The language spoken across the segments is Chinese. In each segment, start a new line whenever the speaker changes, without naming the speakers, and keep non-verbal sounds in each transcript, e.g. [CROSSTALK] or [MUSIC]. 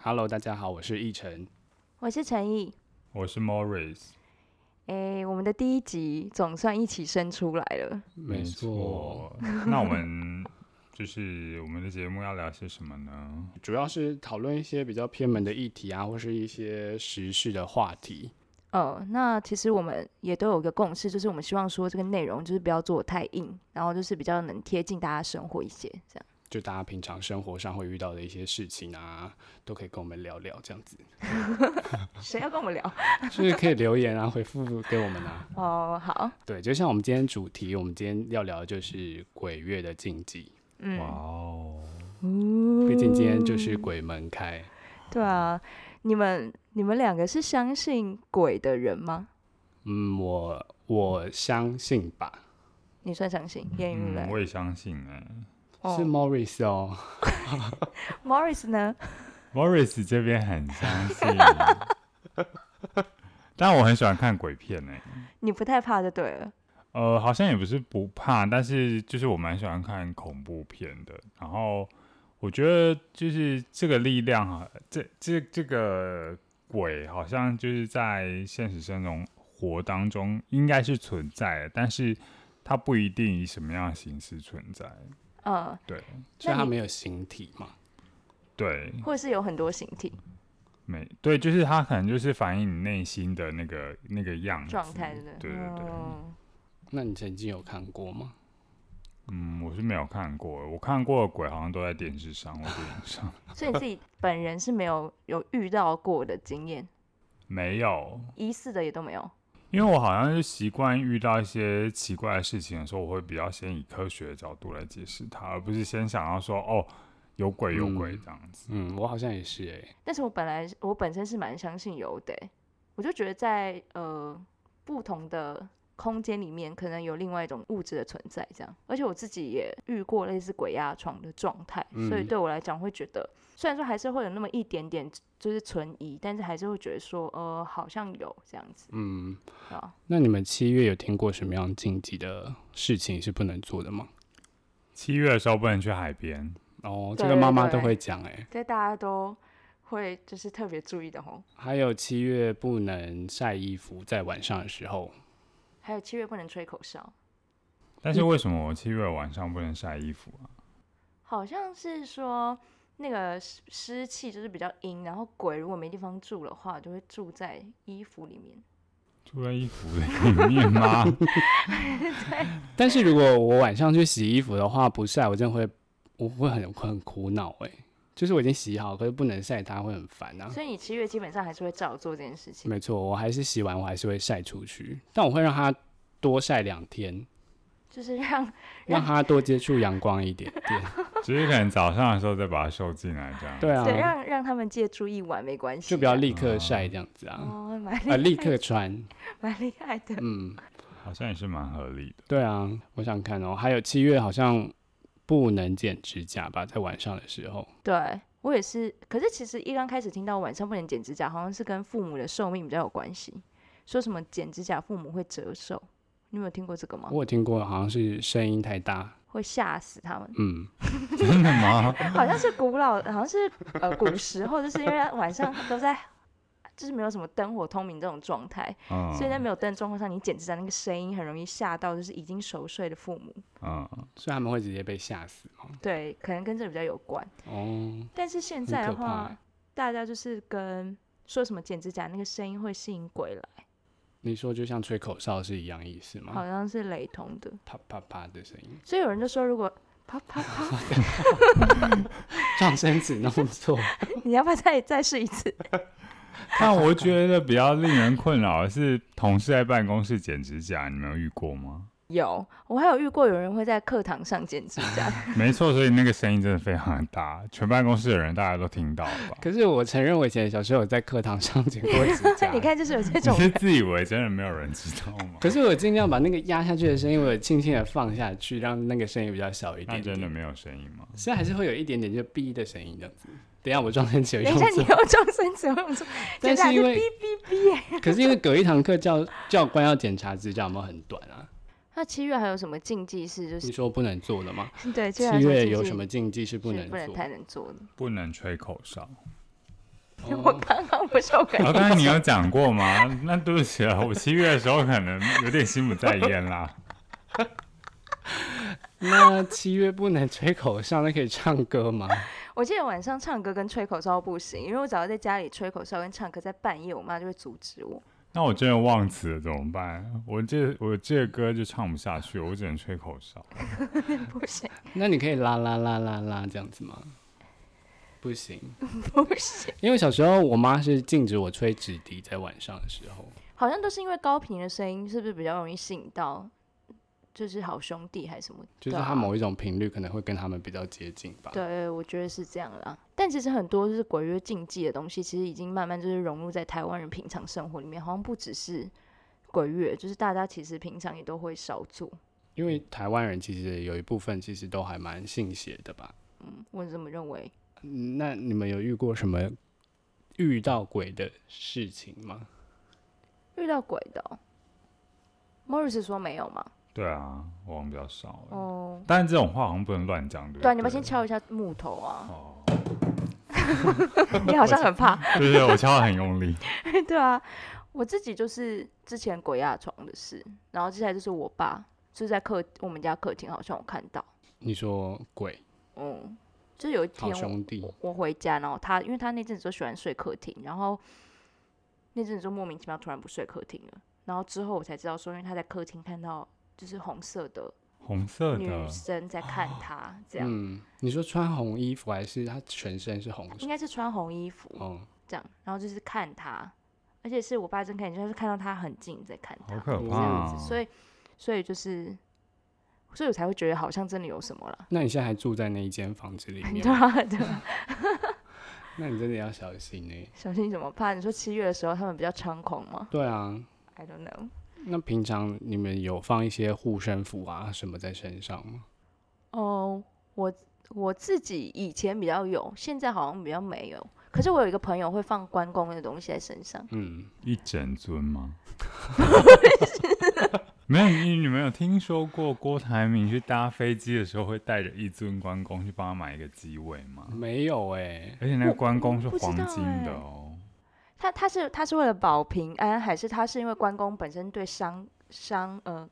Hello，大家好，我是奕晨。
我是陈毅。
我是 Morris，
诶、我们的第一集总算一起生出来了。
没错，。
那我们就是我们的节目要聊些什么呢？
主要是讨论一些比较偏门的议题啊，或是一些时事的话题。
哦，那其实我们也都有一个共识，就是我们希望说这个内容就是不要做太硬，然后就是比较能贴近大家生活一些，这样。
就大家平常生活上会遇到的一些事情啊，都可以跟我们聊聊，这样子
谁要跟我们聊？ [LAUGHS]
就是可以留言啊，回复给我们啊。
哦，好，
[LAUGHS] 对，就像我们今天主题，我们今天要聊的就是鬼月的禁忌，
嗯，
哇哦，
毕竟今天就是鬼门开。
对啊，你们你们两个是相信鬼的人吗？
嗯，我我相信吧，
你算相信？言语来
嗯，我也相信哎、
是 Morris 哦，
Morris 呢？
Morris 这边很相信，
[LAUGHS]
但我很喜欢看鬼片哎、
你不太怕就对了。
呃，好像也不是不怕，但是就是我蛮喜欢看恐怖片的。然后我觉得就是这个力量哈、这这这个鬼好像就是在现实生活当中应该是存在的，但是它不一定以什么样的形式存在。
嗯，
对
所以
那
他
你
没有形体嘛。
对，
或是有很多形体
没对，就是它可能就是反映你内心的那个那个样子
状态，对不
对对对。
嗯
那你曾经有看过吗？
嗯，我是没有看过，我看过的鬼好像都在电视上或电影上。 [LAUGHS]
所以你自己本人是没有有遇到过的经验，
没有，
疑似的也都没有。
因为我好像是习惯遇到一些奇怪的事情的时候，我会比较先以科学的角度来解释它，而不是先想要说哦有鬼有鬼
嗯
这样子。
嗯，我好像也是哎、
但是我本来我本身是蛮相信有的欸、我就觉得在呃不同的空间里面，可能有另外一种物质的存在，这样。而且我自己也遇过类似鬼压床的状态，所以
嗯
对我来讲会觉得，虽然说还是会有那么一点点就是存疑，但是还是会觉得说，呃，好像有这样子
嗯，
啊。
那你们七月有听过什么样禁忌的事情是不能做的吗？
七月的时候不能去海边，
哦，
对
这个妈妈
对
都会讲哎、
这大家都会就是特别注意的吼。
还有七月不能晒衣服，在晚上的时候，
还有七月不能吹口哨，
但是为什么我七月晚上不能晒衣服啊？
好像是说那个湿湿气就是比较阴，然后鬼如果没地方住的话，就会住在衣服里面。
住在衣服里
[LAUGHS]
面吗？
但是如果我晚上去洗衣服的话，不晒我真的会，我会很很苦恼哎、就是我已经洗好，可是不能晒它，会很烦啊。
所以你七月基本上还是会照做这件事情。
没错，我还是洗完我还是会晒出去，但我会让它多晒两天，
就是让
让它多接触阳光一点点。
只是可能早上的时候再把它收进来这样。
对 [LAUGHS]
对
啊，
让让他们借住一晚没关系，啊
就不要立刻晒这样子啊，
哦，蛮
[LAUGHS] 呃，立
厉害
刻
[LAUGHS]
穿，
蛮厉害的。
嗯。
好像也是蛮合理
[LAUGHS]
的。
对啊，我想看哦。还有七月好像不能剪指甲吧，在晚上的时候。
对我也是，可是其实一刚开始听到晚上不能剪指甲，好像是跟父母的寿命比较有关系，说什么剪指甲父母会折寿，你有没有听过这个吗
我？有听过，好像是声音太大。
会吓死他们。
嗯，
真的吗？
好像是古老， [LAUGHS] 好像是呃古时候，就是因为晚上都在，就是没有什么灯火通明这种状态，
嗯
所以在没有灯的状况下，你剪指甲那个声音很容易吓到，就是已经熟睡的父母。
嗯，
所以他们会直接被吓死嘛。
对，可能跟这比较有关。
哦，
但是现在的
很可怕
话
欸，
大家就是跟说什么剪指甲那个声音会吸引鬼来，
你说就像吹口哨是一样意思
好
吗？
像是雷同的。
啪啪啪的声音，
所以有人就说，如果啪啪啪，
撞身子弄错。
你要不要再再试一次？
但我觉得比较令人困扰的是，同事在办公室剪指甲，你们有遇过吗？
有，我还有遇过有人会在课堂上剪指
[LAUGHS]
甲，
没错，所以那个声音真的非常的大，全办公室的人大家都听到了吧？
[LAUGHS] 可是我承认，我以前小时候有在课堂上剪
[LAUGHS]。
过指甲
你看就是有这
你
种
是自以为真的没有人知道
[LAUGHS]
吗？
可是我尽量把那个压下去的声音，我有轻轻的放下去，让那个声音比较小一
那
点点。
真的没有声音吗？
现在还是会有一点点就哔的声音这样子。等一下我撞身子有
等
用
一下，你
错，
用撞声词，我用错，
[LAUGHS] 但
接
是
下来
因
是
为
哔哔哔耶。 [LAUGHS]
可是因为隔一堂课教教官要检查指甲有没有很短啊？
那七月还有什么禁忌是就
你
是
说不能做的吗？
对啊
七
还
月
禁
有
忌
什么禁忌是不
是
能
不能
做？
太能做的？
不能吹口哨，
[LAUGHS] 我刚刚不是有跟
[LAUGHS]
然后
你
刚才你有讲过吗？ [LAUGHS] 那对不起啊，我七月的时候可能有点心不在焉啦。 [LAUGHS]
那七月不能吹口哨，那可以唱歌
[LAUGHS]
吗？
我记得晚上唱歌跟吹口哨不行，因为我只要在家里吹口哨跟唱歌，在半夜我妈就会阻
[LAUGHS]
止我。
那我真的忘词了怎么办？我这我这歌就唱不下去，我只能吹口哨。
不行， [LAUGHS]
那你可以啦啦啦啦啦这样子吗？不行，
嗯不行，
因为小时候我妈是禁止我吹直笛，在晚上的时候。
好像都是因为高频的声音是不是比较容易吸引到，就是好兄弟还是什么？
就是
对啊
它某一种频率可能会跟他们比较接近吧。
对，我觉得是这样啦。但其实很多就是鬼月禁忌的东西，其实已经慢慢就是融入在台湾人平常生活里面，好像不只是鬼月，就是大家其实平常也都会少做。
因为台湾人其实有一部分其实都还蛮信邪的吧。
我这么认为。
嗯那你们有遇过什么遇到鬼的事情吗？
遇到鬼的、哦、，Morris 说没有嘛？
对啊，我好像比较少
嗯
欸。
哦、
但这种话好像不能乱讲，对不
对啊，你们先敲一下木头啊！
哦，
你好像很
[LAUGHS]
怕，
对对，我敲的很用力。
[LAUGHS] 对啊。我自己就是之前鬼压床的事，然后接下来就是我爸，就是在客我们家客厅，好像我看到，
你说鬼
嗯，就有一天
好
我
兄弟
我我回家，然后他因为他那阵子就喜欢睡客厅，然后那阵子就莫名其妙突然不睡客厅了，然后之后我才知道说，因为他在客厅看到就是红色的
红色
女
的，啊哦
生在看他，这样、
嗯，你说穿红衣服还是他全身是红
应
色？
该是穿红衣服
哦，
这样，然后就是看他，而且是我爸睁开眼睛，他是看到他很近在看他
好，可
这
这样
怕
子，
哦。
所以所以就是，所以我才会觉得好像真的有什么了。
那你现在还住在那一间房子
[LAUGHS]
里面
对
吗？
啊，对啊，
那你真的要小心呢、
小心怎么怕？你说七月的时候他们比较猖狂吗
对啊，
？I don't know。
那平常你们有放一些护身符啊什么在身上吗？
哦，我我自己以前比较有，现在好像比较没有。可是我有一个朋友会放关公的东西在身上，
嗯，
一整尊吗？ [LAUGHS] 没有，你你没有听说过郭台铭去搭飞机的时候会带着一尊关公去帮他买一个机位吗？
没有哎、
而且那个关公是
我不知
黄
道
金
欸
的哦。
他他是他是为了保平安，还是他是因为关公本身对商商呃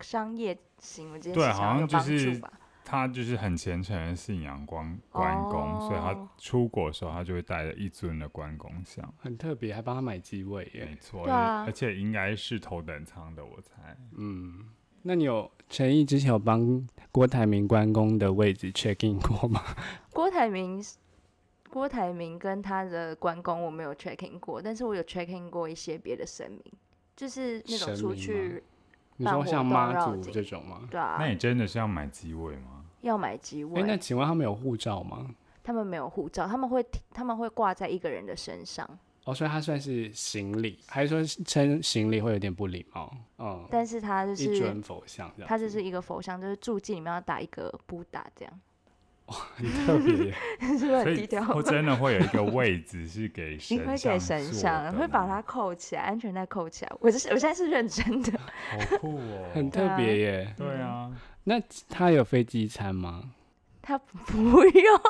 商业行为这件
对
事情
好像
有
就
帮
是
助吧？
他就是很虔诚的信仰关关公，所以他
哦
出国的时候，他就会带着一尊的关公像。
很特别，还帮他买机位耶、
没错，
对啊
而且应该是头等舱的，我猜。
嗯，那你有陈毅之前有帮郭台铭关公的位置 check in 过吗？ [LAUGHS]
郭台铭是，郭台铭跟他的关公我没有 checking 过，但是我有 checking 过一些别的神明，就是那
神
种出
明吗
去
你说像妈祖
办活动绕境
这种吗？
对啊
那，你真的是要买机位吗？
要买机
哎、
位。
那请问他们有护照吗？
他们没有护照，他们会他们会挂在一个人的身上，
哦，所以他算是行礼，还是说称行礼会有点不礼貌？嗯，
但是他就
一尊
是
佛像这样子，
他就是一个佛像，就是注记里面要打一个布打这样， [LAUGHS]
很特别耶。，
是不是
所
很
以
低调？
我真的会有一个位置是给
[LAUGHS]
神
你
像，
会给神像，会把它，扣起来，安全带扣起来。我是我现在是认真的，
好酷哦
[LAUGHS] 很特别耶。
对 [LAUGHS] 啊，
那他有飞机餐吗？
他不用，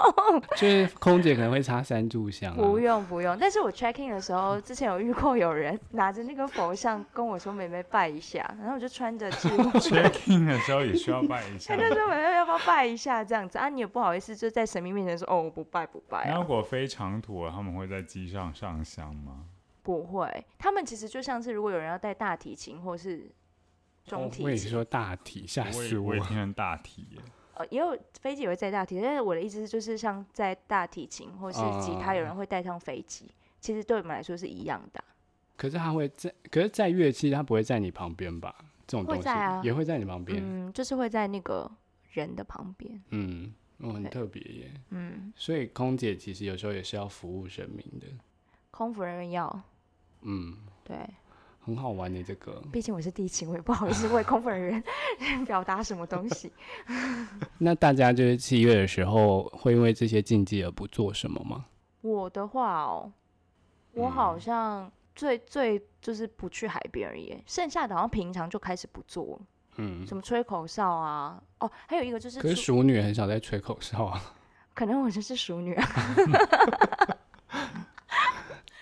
就是空姐可能会插三炷香、啊，
不用，不用。但是我 checking 的时候，之前有遇过有人拿着那个佛像跟我说：“妹妹拜一下。”然后我就穿着制服
check in 的时候也需要拜一下
[LAUGHS] 他。就说：“妹妹要不要拜一下？”这样子啊，你也不好意思，就在神明面前说：“哦，我不拜，不拜、啊。”
那如果飞长途了，他们会在机上上香吗？
不会，他们其实就像是如果有人要带大提琴或是中
哦我
提
也
琴，
说大体，吓
我
死
也
哎我
我也！听成大体耶，
呃，也有飞机也会载大提，但是我的意思是就是像在大提琴或是吉他，有
哦
人会带上飞机，其实对我们来说是一样的啊。
可是他会在，可是在乐器他不会在你旁边吧？这种
会
东西
在啊
也会在你旁边。
嗯，就是会在那个人的旁边，
嗯，哦，很
对
特别耶。
嗯，
所以空姐其实有时候也是要服务神明的，
空服人员要。
嗯，
对，
很好玩的这个。
毕竟我是地勤，我也不好意思为空服人 [LAUGHS] 员表达什么东 [LAUGHS] 西。
那大家就是七月的时候会因为这些禁忌而不做什么吗？
我的话哦，我
嗯
好像最最就是不去海边而已，剩下的好像平常就开始不做了。
嗯，
什么吹口哨啊，哦，还有一个就是
可是
出
熟女很少在吹口哨啊。
可能我就是熟女啊，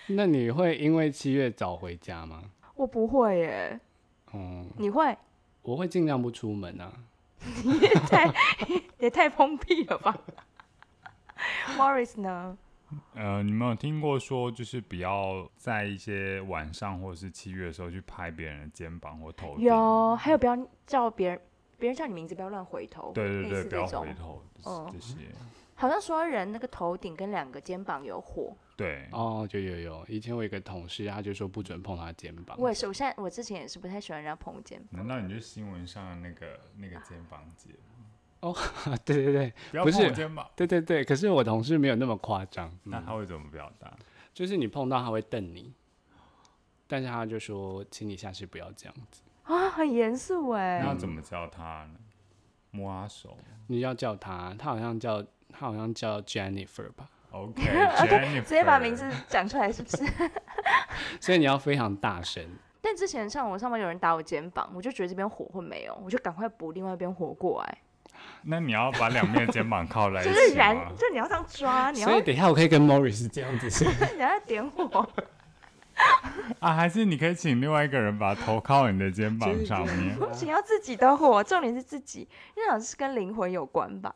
那你会因为七月早回家吗？
我不会耶，
哦
嗯，
你会？ [LAUGHS]
我会尽量不出门啊。
你也太也太封闭了吧？Morris 呢？
呃，你们有听过说，就是不要在一些晚上或者是七月的时候去拍别人的肩膀或头顶？
有，还有不要叫别人，别人叫你名字不要乱回头，
对
类
对对，
似
不
这
要
种
回头，
嗯
这些。
好像说人那个头顶跟两个肩膀有火。
对，
哦，有有有，以前我有一个同事，他就说不准碰他的肩膀。
我也是，我现在我之前也是不太喜欢人家碰我肩膀。
难道你就是新闻上的那个那个肩膀姐？
啊，对对对，
不要
不
碰我
是
肩膀，
对对对。可是我同事没有那么夸张，
那
嗯、
他会怎么表达？
就是你碰到他会瞪你，但是他就说，请你下次不要这样子，
啊，很严肃哎、
那要怎么叫他呢？摸他手
你要叫他，他好像叫他好像叫 Jennifer 吧，
[LAUGHS]
，OK，Jennifer，
直接把名
欸
字讲出来是不是？
所以你要非常大声。
[LAUGHS] 但之前上我上班有人打我肩膀，我就觉得这边火会没有，我就赶快补另外一边火过来，
那你要把两边的肩膀靠在一起
就
吗
是燃，就你要这样抓，你要
所以等一下我可以跟 Morris 这样子是
[LAUGHS] 你要点火，
啊，还是你可以请另外一个人把头靠你的肩膀
就是这
上
样
面。
子啊
不仅要自己的火，重点是自己，因为好像是跟灵魂有关吧？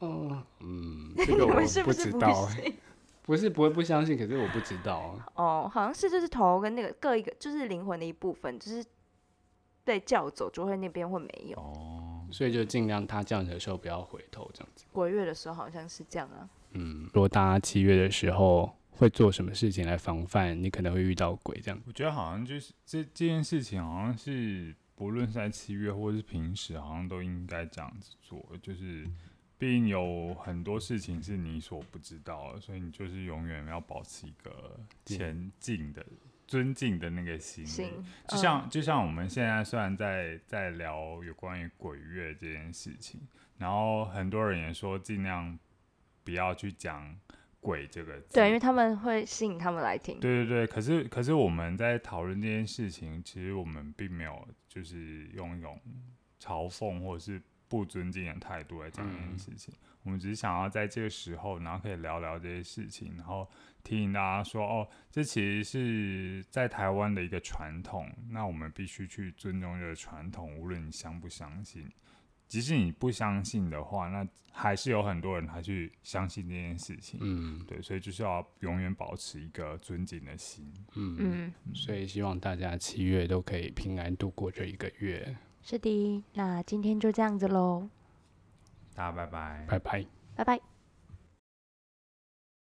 嗯嗯，
你
这
[LAUGHS]
个
们
我
是不是
知
不
道欸，
信？
不是不会不相信，可是我不知道啊。
哦，好像是就是头跟那个各一个，就是灵魂的一部分，就是被叫走就会那边会没有。
哦，
所以就尽量他叫你的时候不要回头这样子。
国乐的时候好像是这样啊。
嗯，如果大家七月的时候会做什么事情来防范你可能会遇到鬼这样？
我觉得好像就是这这件事情，好像是不论是在七月或是平时，好像都应该这样子做。就是，毕竟有很多事情是你所不知道的，所以你就是永远要保持一个前进的、尊敬的那个心。
嗯
行，
就像、就像我们现在虽然在在聊有关于鬼月这件事情，然后很多人也说尽量不要去讲“鬼”这个字，
对，因为他们会吸引他们来听。
对对对，可是可是我们在讨论这件事情，其实我们并没有就是用一种嘲讽或者是不尊敬的态度来讲这件事情。我们只是想要在这个时候，然后可以聊聊这些事情，然后提醒大家说，哦，这其实是在台湾的一个传统，那我们必须去尊重这个传统，无论你相不相信。即使你不相信的话，那还是有很多人还去相信这件事情。
嗯
对，所以就是要永远保持一个尊敬的心。
嗯
嗯，
所以希望大家七月都可以平安度过这一个月。
是的，那今天就这样子喽，
大家拜拜。
拜拜。
拜拜。